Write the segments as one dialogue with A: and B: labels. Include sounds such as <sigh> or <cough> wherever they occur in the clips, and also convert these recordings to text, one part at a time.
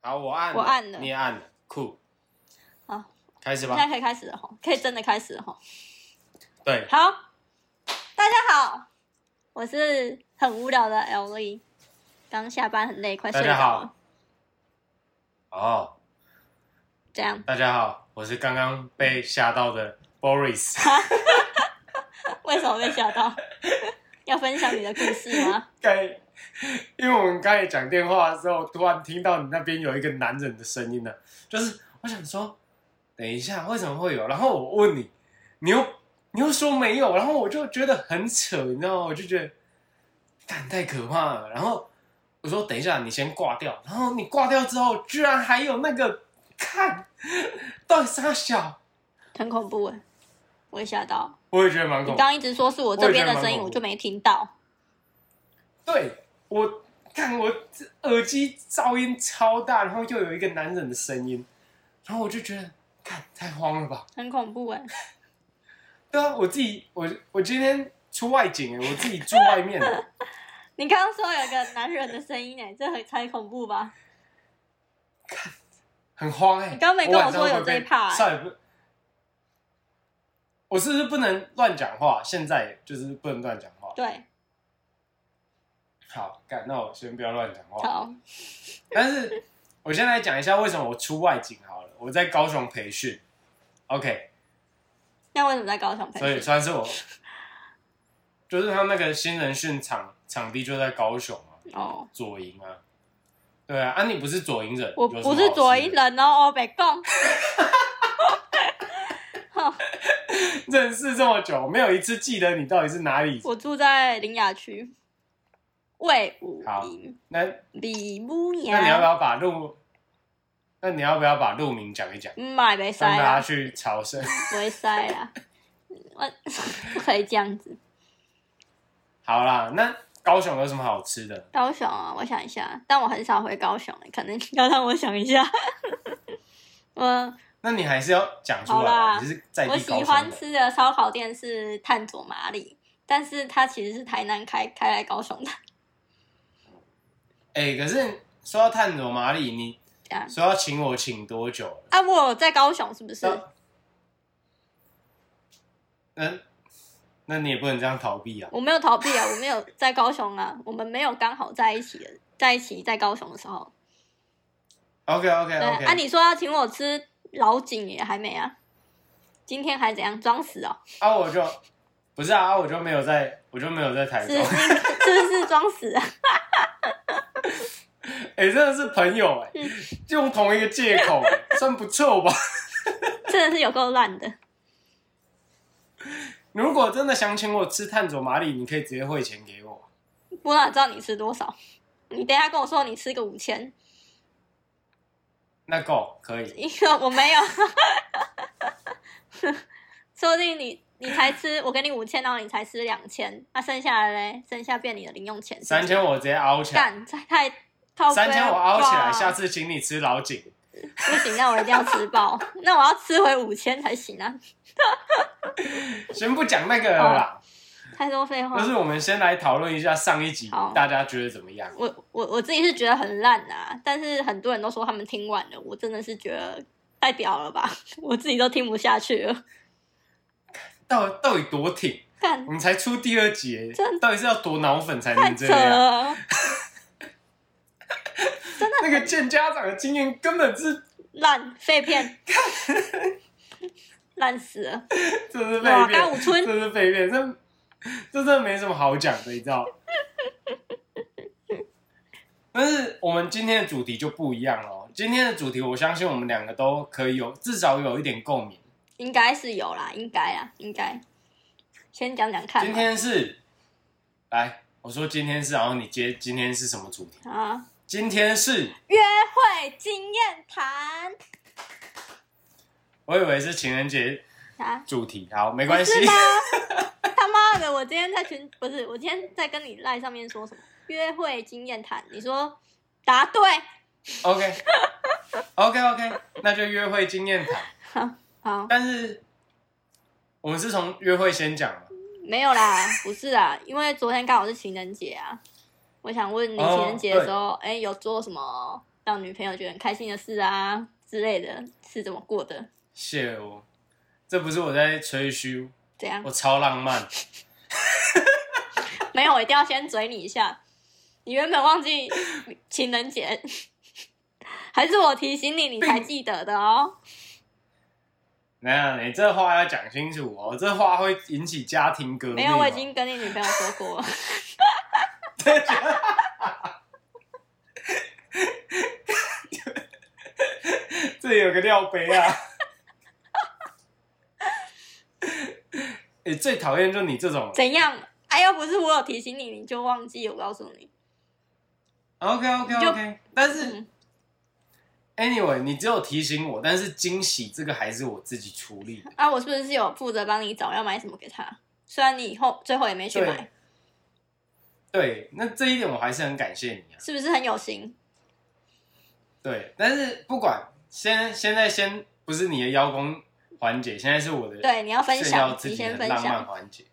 A: 好，我按，
B: 我按了
A: 你也按了，酷。
B: 好，
A: 开始
B: 现
A: 吧
B: 在。可以开始了吼，可以真的开始了吼。
A: 对，
B: 好，大家好，我是很无聊的 L E，刚下班很累，快睡
A: 大家
B: 着
A: 好
B: 了。
A: 哦，
B: 这样，
A: 大家好，我是刚刚被吓到的 Boris。
B: 为什么被吓到？ <laughs> 要分享你的故事吗？
A: 该，因为我们刚才讲电话的时候，突然听到你那边有一个男人的声音呢、啊就是我想说，等一下为什么会有？然后我问你，你又你又说没有，然后我就觉得很扯，你知道吗？我就觉得，干太可怕了。然后我说等一下，你先挂掉。然后你挂掉之后，居然还有那个看，到底啥小？
B: 很恐怖哎，我也吓到。
A: 我也觉得蛮
B: 你
A: 恐
B: 刚
A: 怖。
B: 刚一直说是我这边的声
A: 我也觉得蛮恐
B: 音，
A: 怖
B: 我就没听到。
A: 对我看我这耳机噪音超大，然后又有一个男人的声音，然后我就觉得，看太慌了吧？
B: 很恐怖哎，
A: 对啊，我自己我我今天出外景欸我自己住外
B: <laughs>
A: 面欸，
B: 你刚刚说有个男人的声音哎，这很才恐怖吧？
A: 很慌哎、
B: 你刚没跟我说有这一
A: 我
B: 趴欸
A: 晚上会被少爷不我是不是不能乱讲话？现在就是不能乱讲话。
B: 对，
A: 好，干，那我先不要乱讲话。
B: 好，
A: 但是我先来讲一下为什么我出外景好了。我在高雄培训，OK，
B: 那为什么在高雄
A: 所以
B: 培训？
A: 算是我，就是他那个新人训场场地就在高雄啊，
B: 哦，
A: 左营啊，对啊，啊你不是左营人，
B: 我
A: 有什么
B: 不是
A: 好
B: 左
A: 吃
B: 营人哦，我北贡。
A: 认识这么久，没有一次记得你到底是哪里。
B: 我住在林雅区，魏武
A: 好
B: 营
A: 那
B: 李木
A: 那你要不
B: 娘，
A: 要把路？那你要不要把路名讲一讲，
B: 嗯，买没塞
A: 让大家
B: 啦，
A: 去朝圣？ <laughs>
B: 不会塞啦，我 <laughs> 不可以这样子。
A: 好啦，那高雄有什么好吃的？
B: 高雄啊，我想一下，但我很少回高雄，欸可能要让我想一下。 <laughs> 我
A: 那你还是要讲出
B: 好
A: 来吧，
B: 啦
A: 你是在地
B: 我
A: 高
B: 喜
A: 雄人
B: 欢吃的烧烤店是探佐麻里，但是它其实是台南开开来高雄的，
A: 哎、可是说到探索马里，你
B: 这样
A: 说要请我请多久了？
B: 啊，我有在高雄是不是？
A: 那那嗯那你也不能这样逃避啊！
B: 我没有逃避啊，我没有在高雄啊，我们没有刚好在一起，在一起在高雄的时候。
A: OK OK
B: 对
A: OK，、
B: 啊，你说要请我吃老井也还没啊？今天还怎样装死哦？
A: 啊我就不是啊，啊我就没有在，我就没有在台
B: 是
A: 中 <laughs>
B: 是。是是装死啊？ <laughs>
A: 哎、真的是朋友哎、
B: 嗯
A: 用同一个借口、 <laughs> 欸，算不错吧？
B: 真的是有够烂的。
A: 如果真的想请我吃探索马里，你可以直接汇钱给我。
B: 我哪知道你吃多少？你等一下跟我说你吃个五千，
A: 那够可以，
B: 因为我没有， <laughs> 说不定你你才吃，我给你五千，然后你才吃两千，那、剩下的嘞，剩下变你的零用钱。
A: 三千我直接凹起来，
B: 干，啊这太靠背
A: 三千我凹起来，
B: 了吧
A: 下次请你吃老井。
B: 不行，那我一定要吃爆，那我要吃回五千才行啊！
A: 先不讲那个了啦，
B: 太多废话
A: 就。是我们先来讨论一下上一集
B: 哦好
A: 大家觉得怎么样？
B: 我我我自己是觉得很烂啊，但是很多人都说他们听完了，我真的是觉得太屌了吧， <laughs> 我自己都听不下去了。
A: 到到底多挺？
B: 干
A: 我们才出第二集耶
B: 真，
A: 到底是要多脑粉才
B: 太
A: 能这
B: 扯
A: 样？ <laughs>
B: 了，真的
A: 那个见家长的经验根本是
B: 烂废片，烂死了！
A: 这是被
B: 哇，干
A: 骗，
B: 五村
A: 这是被骗，这这真的没什么好讲的，你知
B: <laughs>
A: 道？但是我们今天的主题就不一样哦。今天的主题，我相信我们两个都可以有，至少有一点共鸣。
B: 应该是有啦，应该啦，应该。先讲讲看
A: 今
B: 吧
A: 天是，来，我说今天是，然后你接今天是什么主题？
B: 啊，
A: 今天是，
B: 约会经验谈
A: 我以为是情人节
B: 啊。
A: 主题，好，没关系。
B: 是吗？ <laughs> 他妈的！我今天在群不是，我今天在跟你赖上面说什么约会经验谈，你说答对，
A: OK <laughs> OK OK，那就约会经验谈。
B: 好，好，
A: 但是我们是从约会先讲嘛，
B: 没有啦，不是啊，因为昨天刚好是情人节啊，我想问你
A: 哦
B: 情人节的时候，哎、有做什么让女朋友觉得很开心的事啊之类的，是怎么过的？
A: 谢我，这不是我在吹嘘，
B: 怎样
A: 我？超浪漫。
B: 没有，我一定要先嘴你一下。你原本忘记情人节， <laughs> 还是我提醒你，你才记得的哦。
A: 没有，你这话要讲清楚哦，这话会引起家庭革命哦。
B: 没有，我已经跟你女朋友说过了。
A: 这里有个尿杯啊！
B: <laughs>
A: 哎、最讨厌就你这种。
B: 怎样？哎，要不是我有提醒你，你就忘记。我告诉你，
A: OK OK OK，但是、
B: 嗯
A: anyway，你只有提醒我，但是惊喜这个还是我自己处理的。
B: 啊，我是不是有负责帮你找要买什么给他？虽然你以后最后也没去
A: 对
B: 买，
A: 对，那这一点我还是很感谢你啊。
B: 是不是很有心？
A: 对，但是不管，现现在先不是你的邀功环节，现在是我的
B: 对，你要分
A: 炫耀
B: 享，
A: 自
B: 你
A: 己
B: 先
A: 的
B: 分
A: 浪漫
B: 享。
A: 环节。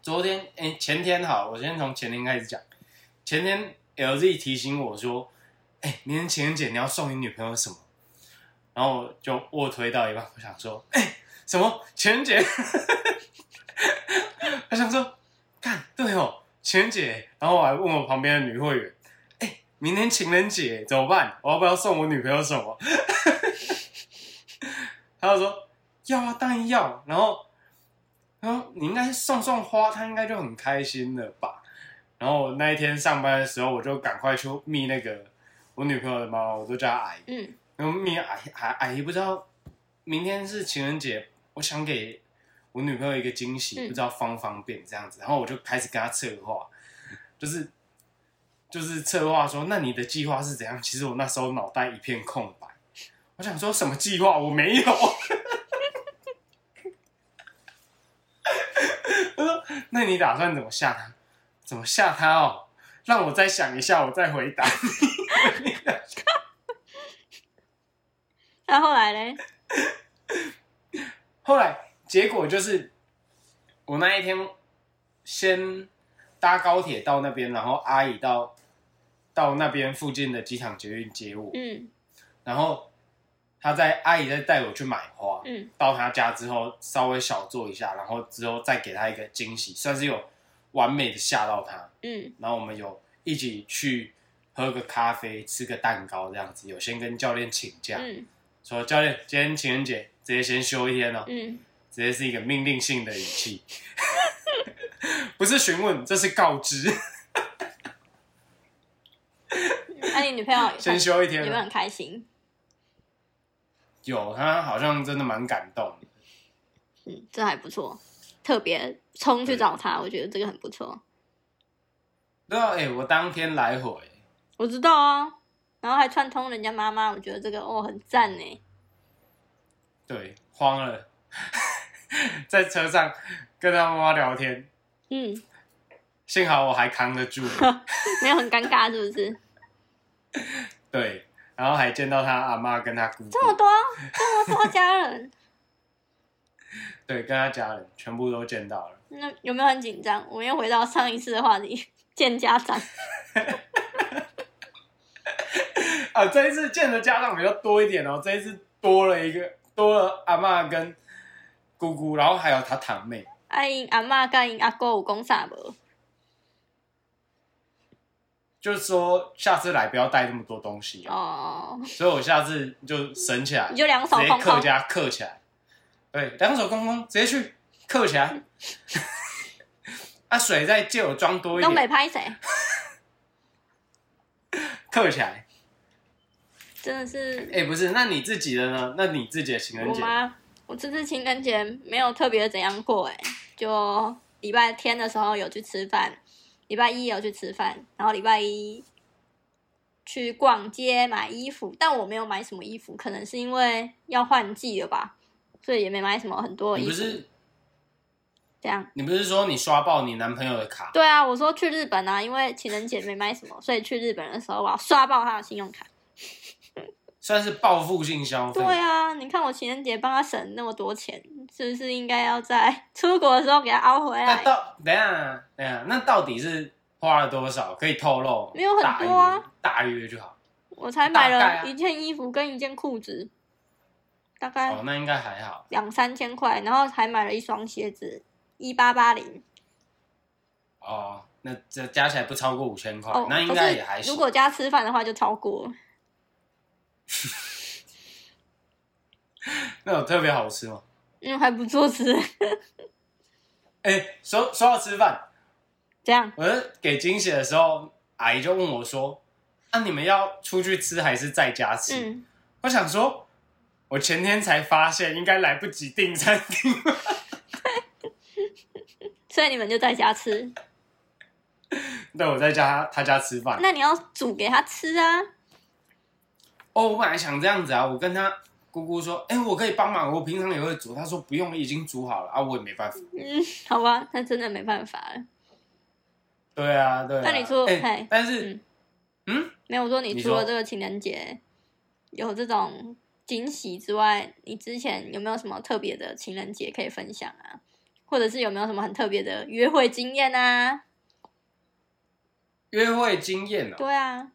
A: 昨天，哎、前天好，我先从前天开始讲。前天 LZ 提醒我说：“哎、明天情人节你要送你女朋友什么？”然后我就卧推到一半，我想说：“哎、什么情人节？” <laughs> 我想说：“看，对哦，情人节。”然后我还问我旁边的女会员：“哎、明天情人节怎么办？我要不要送我女朋友什么？” <laughs> 他就说：“要啊，当然要。然后，然后你应该送送花，他应该就很开心了吧？然后我那一天上班的时候，我就赶快去密那个我女朋友的妈妈，我都叫她阿姨。
B: 嗯，
A: 然后密阿姨，阿阿姨不知道明天是情人节，我想给我女朋友一个惊喜，
B: 嗯
A: 不知道方不方便这样子。然后我就开始跟她策划，就是就是策划说，那你的计划是怎样？其实我那时候脑袋一片空白，我想说什么计划我没有。我说：“那你打算怎么吓他？怎么吓他哦？让我再想一下，我再回答。
B: 那后来嘞？
A: 后来结果就是，我那一天先搭高铁到那边，然后阿姨到到那边附近的机场捷运接我，
B: 嗯
A: 然后她在阿姨再带我去买花，
B: 嗯
A: 到她家之后稍微小坐一下，然后之后再给她一个惊喜，算是有完美的吓到她。
B: 嗯
A: 然后我们有一起去喝个咖啡，吃个蛋糕这样子，有先跟教练请假，
B: 嗯
A: 说教练今天情人节直接先休一天哦。
B: 嗯，
A: 直接是一个命令性的语气， <laughs> 不是询问，这是告
B: <laughs>
A: 知，
B: 那啊你女朋友
A: 先休一天
B: 有没有
A: 了。
B: 很开心？
A: 有，他好像真的蛮感动的。
B: 嗯，这还不错，特别冲去找他，我觉得这个很不错。
A: 对啊，哎、我当天来回，
B: 我知道啊，然后还串通人家妈妈，我觉得这个哦很赞呢。
A: 对，慌了， <laughs> 在车上跟他妈妈聊天，
B: 嗯，
A: 幸好我还扛得
B: <laughs>
A: 住，
B: 没有很尴尬是不是？
A: 对，然后还见到他阿妈跟他姑姑
B: 这，么多，这么多家人，
A: 对，跟他家人全部都见到了。 <laughs>
B: 那有没有很紧张？我们又回到上一次的话题，见家长。
A: 啊，这一次见的家长比较多一点哦，这一次多了一个，多了阿妈跟姑姑，然后还有他堂妹。
B: 啊，因阿嬷甲因阿哥有讲啥无？
A: 就是说下次来不要带那么多东西、啊，
B: 哦，
A: 所以我下次就省起来，
B: 你就两手
A: 直接
B: 空
A: 客
B: 空，
A: 家刻起来，对，两手空空直接去刻起来。 <laughs> 啊，水再借我装多一
B: 东北
A: 点，
B: 拍谁？
A: 刻起来。
B: 真的是
A: 哎、不是，那你自己的呢？那你自己的情人
B: 我
A: 节，
B: 妈，我这次情人节没有特别怎样过哎、就礼拜天的时候有去吃饭，礼拜一有去吃饭，然后礼拜一去逛街买衣服，但我没有买什么衣服，可能是因为要换季了吧，所以也没买什么很多的
A: 你
B: 衣
A: 不
B: 服。
A: 是
B: 这样，
A: 你不是说你刷爆你男朋友的卡？
B: 对啊，我说去日本啊，因为情人节没买什么，所以去日本的时候我要啊刷爆他的信用卡。
A: 算是报复性消费。
B: 对啊，你看我情人节帮他省那么多钱，是不是应该要在出国的时候给他凹回
A: <laughs> 那
B: 来？
A: 到等一下等一下，那到底是花了多少？可以透露吗？
B: 没有很多啊
A: 大约，大约就好。
B: 我才买
A: 大概啊
B: 了一件衣服跟一件裤子，大
A: 哦
B: 概，
A: 那应该还好。
B: 两三千块，然后还买了一双鞋子，一八八零。
A: 哦，那这加起来不超过五千块
B: 哦，，
A: 那应
B: 可
A: 该
B: 是
A: 也还行
B: 如。果加吃饭的话，就超过了。
A: 那有特别好吃吗？
B: 嗯，还不错吃。
A: 哎、说说到吃饭，
B: 这样，
A: 我在给惊喜的时候，阿姨就问我说：“那、你们要出去吃还是在家吃？”
B: 嗯，
A: 我想说，我前天才发现，应该来不及订餐厅。 <laughs>
B: 所以你们就在家吃。
A: 对，我在家他家吃饭。
B: 那你要煮给他吃啊。
A: 哦，我本来想这样子啊，我跟他姑姑说：“哎、我可以帮忙，我平常也会煮。”他说：“不用，已经煮好了啊，我也没办法。
B: 嗯，好吧，那真的没办法了。”
A: 对啊，对啊。
B: 那你说
A: 哎
B: 嗨
A: 但是，
B: 嗯
A: 嗯
B: 没有我说，
A: 你
B: 你除
A: 说
B: 了这个情人节有这种惊喜之外，你之前有没有什么特别的情人节可以分享啊？或者是有没有什么很特别的约会经验啊？
A: 约会经验呢、哦
B: 对啊，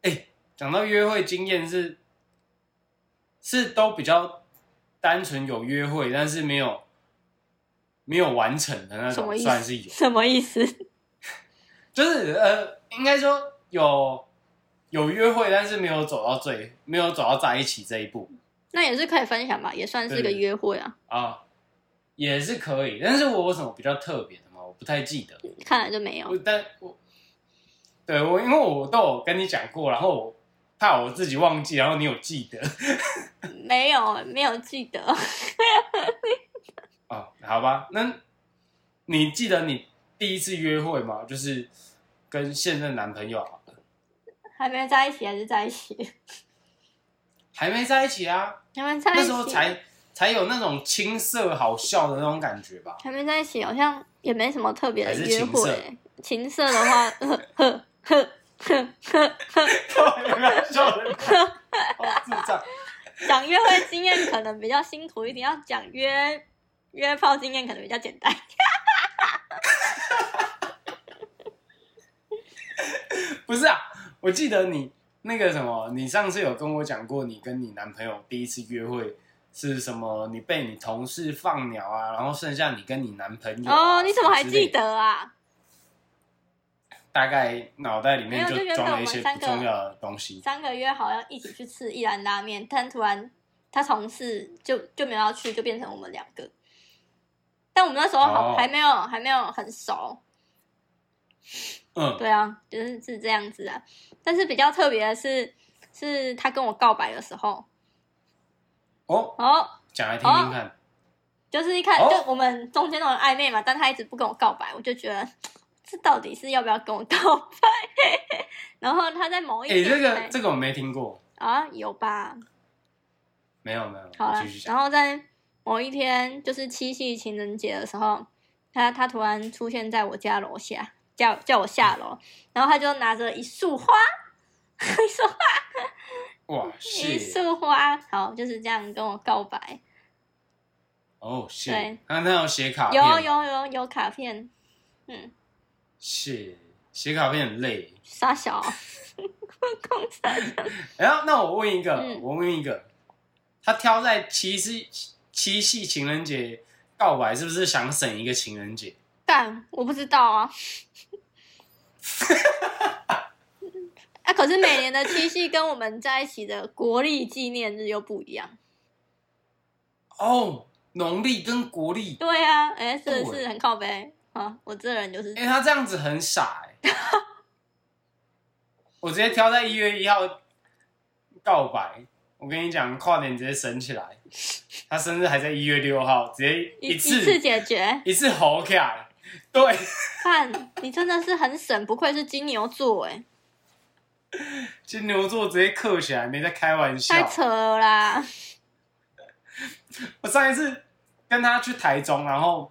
A: 哎、讲到约会经验是，是都比较单纯有约会，但是没有没有完成的那
B: 什么
A: 种，
B: 意思
A: 算是有，
B: 什么意思？ <laughs>
A: 就是呃，应该说有有约会，但是没有走到最，没有走到在一起这一步
B: 那也是可以分享吧，也算是个
A: 对
B: 约会啊。
A: 啊，也是可以。但是我有什么比较特别的吗？我不太记得。
B: 看来就没
A: 我
B: 有。
A: 但我对我，因为我都有跟你讲过，然后我怕我自己忘记，然后你有记得。
B: 没有，没有记得。
A: 哦，好吧，那你记得你第一次约会吗？就是跟现任男朋友啊好了
B: 还没在一起还是在一起？
A: 还没在一起啊，
B: 还没在一起。
A: 那时候才才有那种青涩好笑的那种感觉吧。 <laughs>
B: 还没在一起，好像也没什么特别的
A: 还是
B: 约
A: 情
B: 会、
A: 色
B: 欸。情色的话，呵呵 <laughs> 呵呵呵呵，
A: 笑的，好智障。
B: <laughs> 讲约会经验可能比较辛苦一点，要讲约约炮经验可能比较简单。
A: 不是啊，我记得你那个什么，你上次有跟我讲过，你跟你男朋友第一次约会是什么？你被你同事放鸟啊，然后剩下你跟你男朋友啊、
B: 哦，你怎么还
A: 之类
B: 记
A: 的
B: 得啊？
A: 大概脑袋里面
B: 没有就觉得
A: 装
B: 我
A: 了一
B: 们
A: 些
B: 三
A: 不
B: 个
A: 重要的东西。
B: 三个月好要一起去吃一兰拉面，但突然他同事就就没有要去，就变成我们两个。但我们那时候
A: 哦
B: 好、还没有还没有很熟，
A: 嗯，
B: 对啊，就是是这样子啊。但是比较特别的是，是他跟我告白的时候，
A: 哦，
B: 哦，
A: 讲来听听看。
B: 就是一看、
A: 哦
B: 就我们中间都很暧昧嘛，但他一直不跟我告白，我就觉得这到底是要不要跟我告白？ <laughs> 然后他在某一
A: 哎、
B: 天，
A: 这个
B: 哎
A: 这个我没听过，
B: 啊有吧？
A: 没有没有，
B: 好
A: 你
B: 啦
A: 继续，讲
B: 然。后在某一天，就是七夕情人节的时候，他他突然出现在我家楼下，叫叫我下楼，然后他就拿着一束花， <laughs> 一束花，
A: 哇，
B: 一
A: 是
B: 束花，好，就是这样跟我告白。
A: 哦是
B: 对，
A: 那那有写卡片
B: 有
A: 吗，
B: 有有有卡片，嗯，
A: 是写卡片很累。
B: 傻小， <laughs> 公司
A: 然后那我问一个，
B: 嗯
A: 我问一个，他挑在七夕七夕情人节告白，是不是想省一个情人节？
B: 干，我不知道
A: <laughs>
B: 啊。啊，可是每年的七夕跟我们在一起的国历纪念日又不一样。
A: 哦，农历跟国历，
B: 对啊，哎、是不
A: 对
B: 是很靠背啊？我这人就是
A: 因为他这样子很傻哎、我直接挑在一月一号告白，我跟你讲，跨年直接省起来。他生日还在一月六号，直接
B: 一
A: 次
B: 次解决。
A: 一次吼起来。对，
B: 看，你真的是很省，不愧是金牛座，哎，
A: 金牛座直接克起来，没在开玩笑
B: 太。扯了啦！
A: 我上一次跟他去台中，然后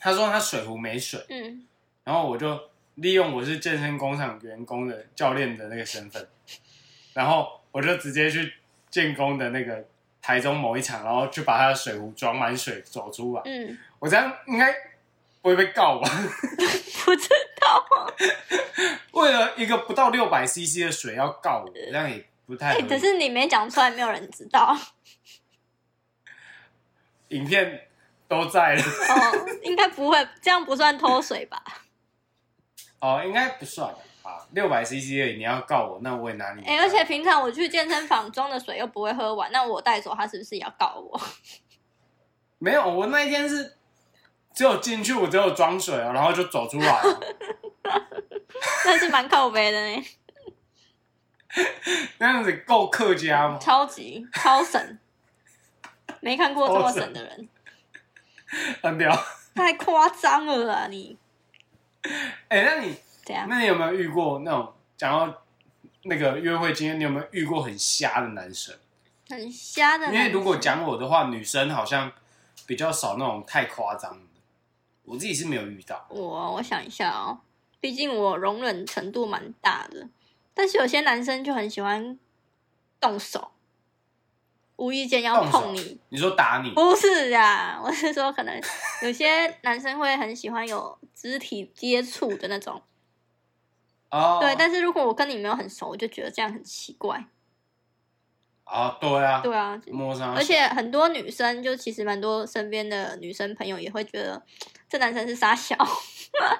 A: 他说他水壶没水，
B: 嗯，
A: 然后我就利用我是健身工厂员工的教练的那个身份，然后我就直接去建工的那个 <laughs> 台中某一场，然后去把他的水壶装满水走出来。
B: 嗯，
A: 我这样应该不会被告吧？ <laughs>
B: 不知道啊。
A: 为了一个不到六百 CC 的水要告我，这样也不太合
B: 哎、
A: 理。
B: 可是你没讲出来，没有人知道。
A: 影片都在了， <laughs>
B: 哦，应该不会，这样不算偷水吧？
A: 哦，应该不算啊。六百 CC 而已，你要告我，那我也拿你。
B: 哎、而且平常我去健身房装的水又不会喝完，那我带走他是不是也要告我？ <laughs>
A: 没有，我那一天是只有进去，我只有装水啊，然后就走出来了。
B: 那是蛮靠背的呢，
A: 那样子够客家
B: <laughs>
A: 吗？
B: 超级超神，没看过这么神的人，
A: 很屌。
B: 太夸张了啦！你
A: 哎、那你
B: 怎样？
A: 那你有没有遇过那种讲到那个约会经验，你有没有遇过很瞎的男生？
B: 很瞎的
A: 因
B: 男生。
A: 为如果讲我的话，女生好像比较少那种太夸张的，我自己是没有遇到。
B: 我，我想一下哦，毕竟我容忍程度蛮大的，但是有些男生就很喜欢动手，无意间要
A: 动手
B: 碰你，
A: 你说打你，
B: <laughs> 不是啊， <laughs> 我是说可能有些男生会很喜欢有肢体接触的那种，
A: 哦，
B: 对。但是如果我跟你没有很熟，我就觉得这样很奇怪。
A: 哦，对啊，
B: 对啊，
A: 摸上，
B: 而且很多女生就其实蛮多身边的女生朋友也会觉得这男生是傻小，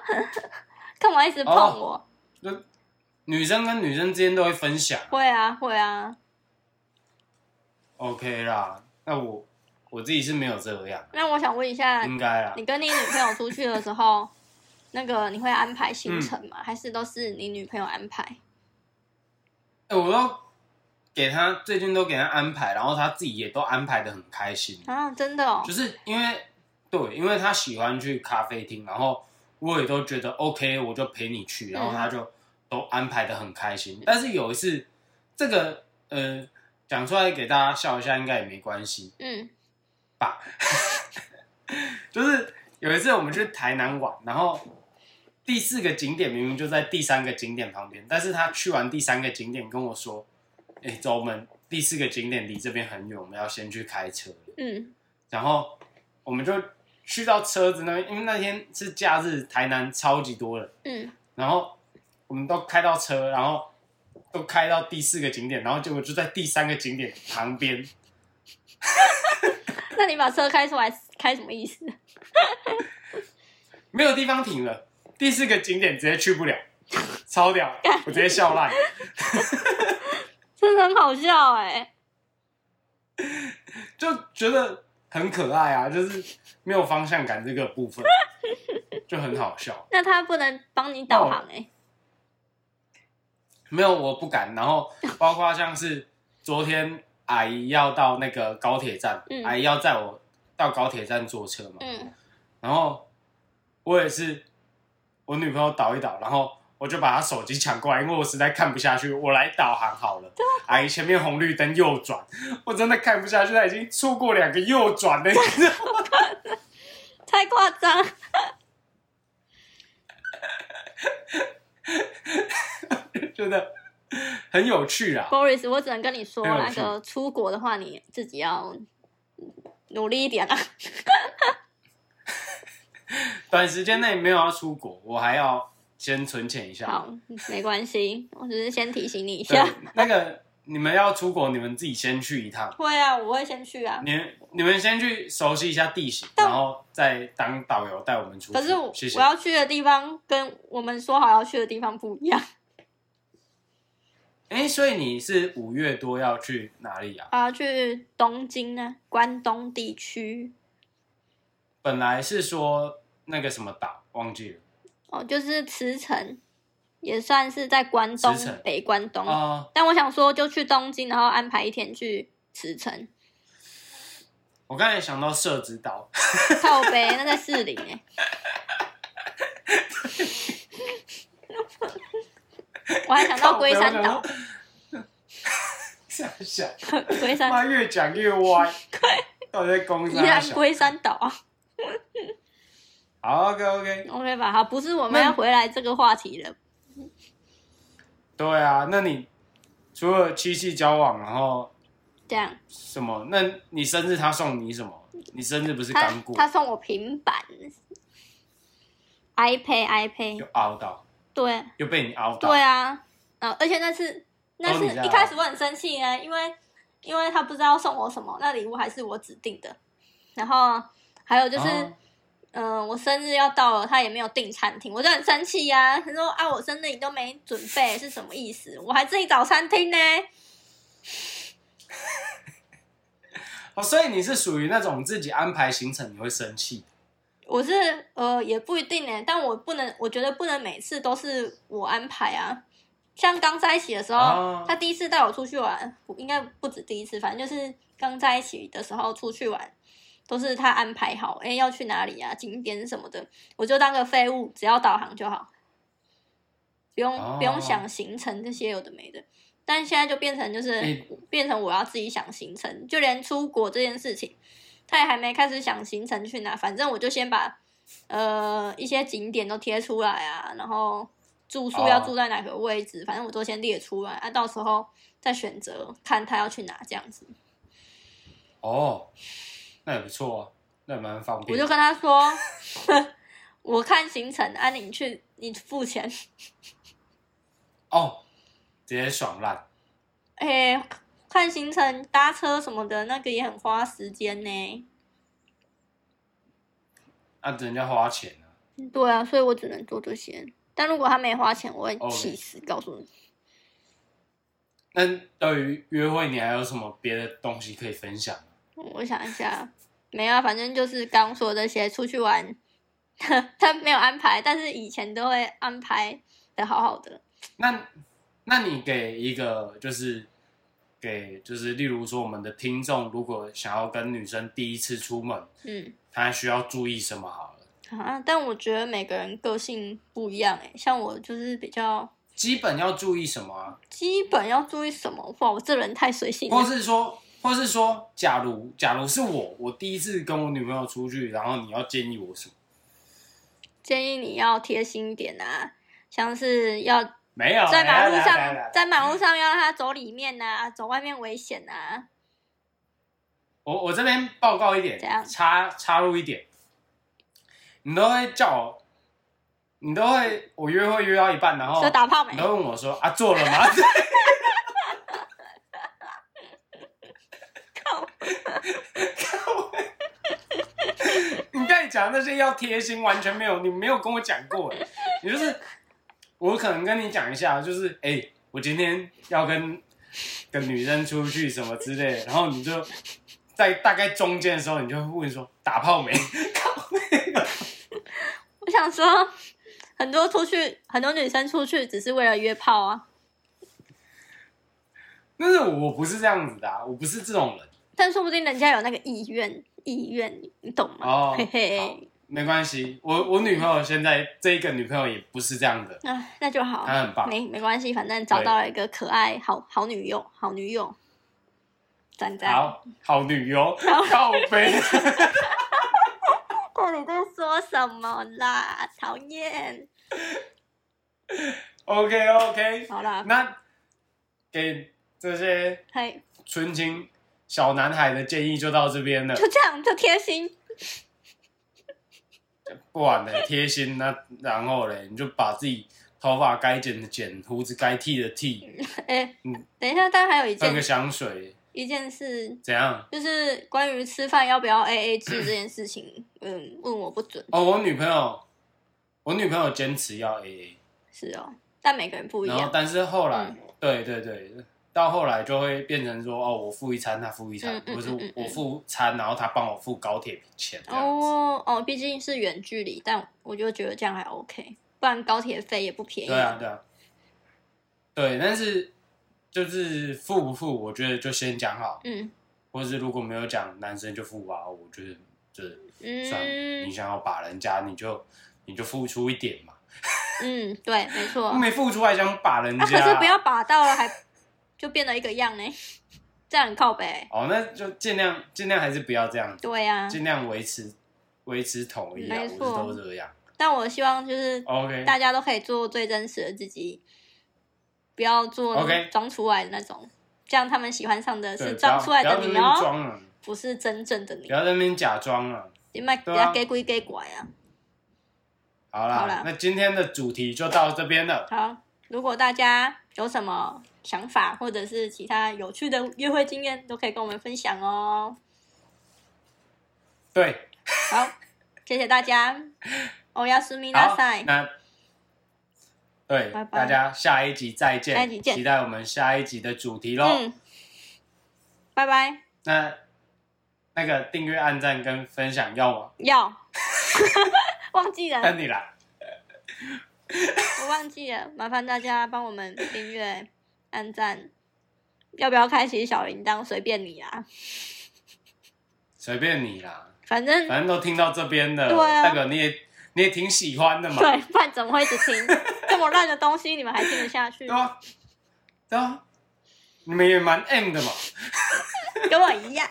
B: <laughs> 干嘛一直碰我？
A: 哦女生跟女生之间都会分享
B: 会啊，会啊。
A: ，OK 啦。那我我自己是没有这样，
B: 那我想问一下，
A: 应该啦
B: 啊你。跟你女朋友出去的时候， <laughs> 那个你会安排行程
A: 嗯
B: 吗？还是都是你女朋友安排？
A: 哎、我都给他最近都给他安排，然后他自己也都安排的很开心，
B: 啊，真的哦
A: 就。是因为对，因为他喜欢去咖啡厅，然后我也都觉得 OK，我就陪你去，然后他就都安排的很开心。但是有一次，这个呃讲出来给大家笑一下，应该也没关系。
B: 嗯
A: 就是有一次我们去台南玩，然后第四个景点明明就在第三个景点旁边，但是他去完第三个景点跟我说：“哎、走，我们第四个景点离这边很远，我们要先去开车。”
B: 嗯
A: 然后我们就去到车子那边，因为那天是假日，台南超级多人，
B: 嗯，
A: 然后我们都开到车，然后都开到第四个景点，然后结果就在第三个景点旁边，
B: <laughs> 那你把车开出来开什么意思？ <laughs>
A: 没有地方停了，第四个景点直接去不了，超屌，我直接笑烂。
B: 真的很好笑哎、
A: 就觉得很可爱啊，就是没有方向感这个部分就很好笑。
B: 那他不能帮你导
A: 哦
B: 航哎、
A: 没有，我不敢。然
B: <laughs>
A: 后包括像是昨天阿姨要到那个高铁站，
B: 嗯
A: 阿姨要载我到高铁站坐车嘛，
B: 嗯
A: 然后我也是我女朋友导一导，然后。我就把她手机抢过来，因为我实在看不下去，我来导航好了。
B: 啊
A: 阿姨前面红绿灯右转，我真的看不下去，她已经错过两个右转了，你知道吗
B: 太夸张，
A: <laughs> 觉得很有趣啦。
B: Boris，我只能跟你说，
A: 很有
B: 那
A: 趣
B: 个出国的话，你自己要努力一点啊。
A: 短时间内没有要出国，我还要先存钱一下。
B: 好，没关系，我只是先提醒你一
A: 啊对
B: 下。，
A: 那个你们要出国，你们自己先去一趟，
B: <laughs> 会啊，我会先去啊。
A: 你们你们先去熟悉一下地形，
B: 但
A: 然后再当导游带我们出去。
B: 可是我
A: 嗯谢谢
B: 我。要去的地方跟我们说好要去的地方不一样 <laughs>
A: 哎、所以你是五月多要去哪里啊？
B: 啊，去东京呢，关东地区
A: 本来是说那个什么岛，忘记了
B: 哦，就是茨城，也算是在关东
A: 茨城
B: 北关东。
A: 啊、
B: 但我想说，就去东京，然后安排一天去茨城，
A: 我刚才想到社子岛，
B: 靠北那在士林
A: <laughs>
B: 哎、我还想到龟山岛，
A: 想想，
B: 龟山
A: 妈越讲越
B: <laughs>
A: 歪，到底在攻
B: 依
A: 啥
B: 然
A: 小？
B: 龟山岛啊。
A: 好，OK OK。
B: OK 吧，好，不是我们要
A: 那
B: 回来这个话题了。
A: 对啊，那你除了七夕交往，然后
B: 这样，
A: 什么？那你生日他送你什么？你生日不是
B: 他
A: 刚过？
B: 他送我平板，挨呸挨呸
A: 又，凹到，
B: 对
A: 又被你凹到。
B: 对啊，啊，而且那次那
A: 都
B: 次
A: 你在
B: 一开始我很生气呢，因为因为他不知道送我什么，那礼物还是我指定的，然后还有就是。
A: 哦
B: 嗯、我生日要到了，他也没有订餐厅，我就很生气呀、他说啊，我生日你都没准备，是什么意思？我还自己找餐厅呢。
A: 哦，所以你是属于那种自己安排行程你会生气，
B: 我是呃也不一定呢，但我不能，我觉得不能每次都是我安排啊。像刚在一起的时候，
A: 哦
B: 他第一次带我出去玩，我应该不止第一次，反正就是刚在一起的时候出去玩，都是他安排好，哎、要去哪里啊，景点什么的，我就当个废物，只要导航就好，不用、
A: 哦
B: 不用想行程这些有的没的。但现在就变成就是、
A: 哎
B: 变成我要自己想行程，就连出国这件事情，他也还没开始想行程去哪，反正我就先把呃一些景点都贴出来啊，然后住宿
A: 哦
B: 要住在哪个位置，反正我都先列出来，啊，到时候再选择看他要去哪这样子。
A: 哦，那也不错啊，那也蛮方
B: 我
A: 便
B: 就
A: 的。
B: 跟他说， <laughs> 我看行程，啊，你去你付钱， <laughs>
A: 哦，直接爽烂。
B: 哎、看行程搭车什么的，那个也很花时间呢。
A: 啊，人家花钱啊，
B: 对啊，所以我只能做这些。但如果他没花钱，我会气死，告诉你。
A: 那对于约会，你还有什么别的东西可以分享吗？
B: 我想一下，没啊，反正就是刚说这些，出去玩，他没有安排，但是以前都会安排的好好的。
A: 那，那你给一个就是给就是，例如说我们的听众，如果想要跟女生第一次出门，
B: 嗯
A: 她需要注意什么好了？
B: 啊，但我觉得每个人个性不一样诶、像我就是比较
A: 基本要注意什么啊？
B: 基本要注意什么？哇，我这人太随性
A: 或
B: 了。
A: 是说，或是说，假如假如是我，我第一次跟我女朋友出去，然后你要建议我什么？
B: 建议你要贴心一点啊，像是要
A: 没有，
B: 在马路
A: 哦来来啊来来
B: 上，在马路上要让他走里面呐、走外面危险啊呐、
A: 我我这边报告一点
B: 怎样，
A: 插插入一点，你都会叫我，你都会我约会约到一半，然后
B: 就打炮没
A: 你？都问我说啊做了吗？
B: 靠！
A: 你刚才讲那些要贴心，完全没有，你没有跟我讲过，哎你就是我可能跟你讲一下，就是哎、我今天要跟跟女生出去什么之类的，然后你就在大概中间的时候，你就会问说打炮没？ <laughs>
B: 我想说，很多出去，很多女生出去只是为了约炮啊。
A: 但是我不是这样子的、啊，我不是这种人。
B: 但说不定人家有那个意愿，意愿，你懂吗？
A: 哦
B: 嘿
A: 好
B: 嘿，
A: 没关系，我我女朋友现在这一个女朋友也不是这样的，
B: 啊，那就好，
A: 她很棒
B: 没没关系，反正找到了一个可爱好好女友，好女友，赞赞。，
A: 好好女优，靠背，
B: 到底在说什么啦？讨厌。
A: OK
B: <laughs>
A: OK，
B: 好啦，
A: <laughs> 那给这些
B: 嘿，
A: 纯情小男孩的建议就到这
B: <laughs>
A: 边了，
B: 就这样，就贴心。
A: 不然呢贴心那然后嘞你就把自己头发该剪的剪，胡子该剃的剃，
B: 哎、
A: 嗯
B: 等一下，但还有一
A: 喷个
B: 件
A: 香水，
B: 一件事，
A: 怎样？
B: 就是关于吃饭要不要 A A 制这件事情，嗯，问我不准。
A: 哦，我女朋友，我女朋友坚持要 AA，
B: 是哦，但每个人不一
A: 然后
B: 样。
A: 但是后来
B: 嗯，
A: 对对对，到后来就会变成说，哦，我付一餐，他付一餐
B: 嗯，嗯
A: 或是
B: 嗯嗯
A: 我付餐，然后他帮我付高铁钱这样子。
B: 哦哦，毕竟是远距离，但我就觉得这样还 OK，不然高铁费也不便宜。
A: 对啊，对啊，对，但是就是付不付，我觉得就先讲好，
B: 嗯
A: 或是如果没有讲，男生就付吧，我觉得就是算了你
B: 嗯
A: 想要把人家，你就你就付出一点嘛，
B: 嗯，对，没错。
A: 没付出还想把人
B: 啊，可
A: 家，
B: 是不要把到了还就变得一个样呢，这样很靠北。
A: 哦，那就尽量尽量还是不要这样子。
B: 对呀、啊，
A: 尽量维持维持统一啊，我
B: 没
A: 是
B: 错
A: 都这样。
B: 但我希望就是
A: 哦 OK，
B: 大家都可以做最真实的自己，不要做
A: OK
B: 装出来的那种。这样他们喜欢上的
A: 对
B: 是装出来的
A: 不要
B: 你
A: 不要在那边
B: 哦，
A: 装了，
B: 不是真正的
A: 不
B: 你。
A: 啊要在那边假装了。
B: 你卖给
A: 对啊
B: 他给鬼给拐啊！
A: 好啦，
B: 好啦
A: 那今天的主题就到这边了。
B: 好，如果大家有什么想法，或者是其他有趣的约会经验，都可以跟我们分享哦。
A: 对，
B: 好，谢谢大家，哦欧亚苏米
A: 好
B: 拉塞，，
A: 那对
B: 拜拜
A: 大家下一集再见，
B: 下一集见
A: 期待我们下一集的主题喽。
B: 嗯，拜拜，
A: 那那个订阅、按赞跟分享要吗？
B: 要， <laughs> 忘记了，
A: 那你啦，
B: 我忘记了，麻烦大家帮我们订阅、按赞，要不要开启小铃铛，随便你啊，
A: 随便你啦，
B: 反正
A: 反正都听到这边的，
B: 对啊
A: 那个你也你也挺喜欢的嘛，
B: 对，不然怎么会一直听这么烂的东西？你们还听得下去
A: 对？啊，对啊，你们也蛮 M 的嘛，
B: 跟我一样。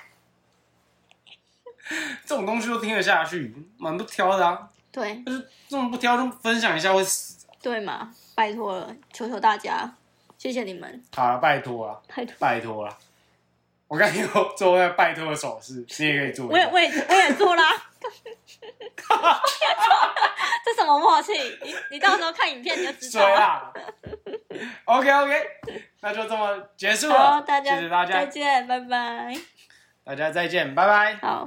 A: 这种东西都听得下去，蛮不挑的啊。
B: 对
A: 就是这种不挑，就分享一下会死。
B: 对嘛，拜托了，求求大家，谢谢你们，
A: 好了，拜托了，
B: 拜托。
A: 拜托了。我刚才有做那个拜托的手势，你也可以做一
B: 我也
A: 下。
B: 我也我也做啦、 <laughs> 这什么默契？你你到时候看影片你就知
A: 水
B: 道了。
A: 啦。OK OK，那就这么结束了。
B: 好，大家
A: 谢谢大家，
B: 再见，拜拜。
A: 大家再见，拜拜。
B: 好。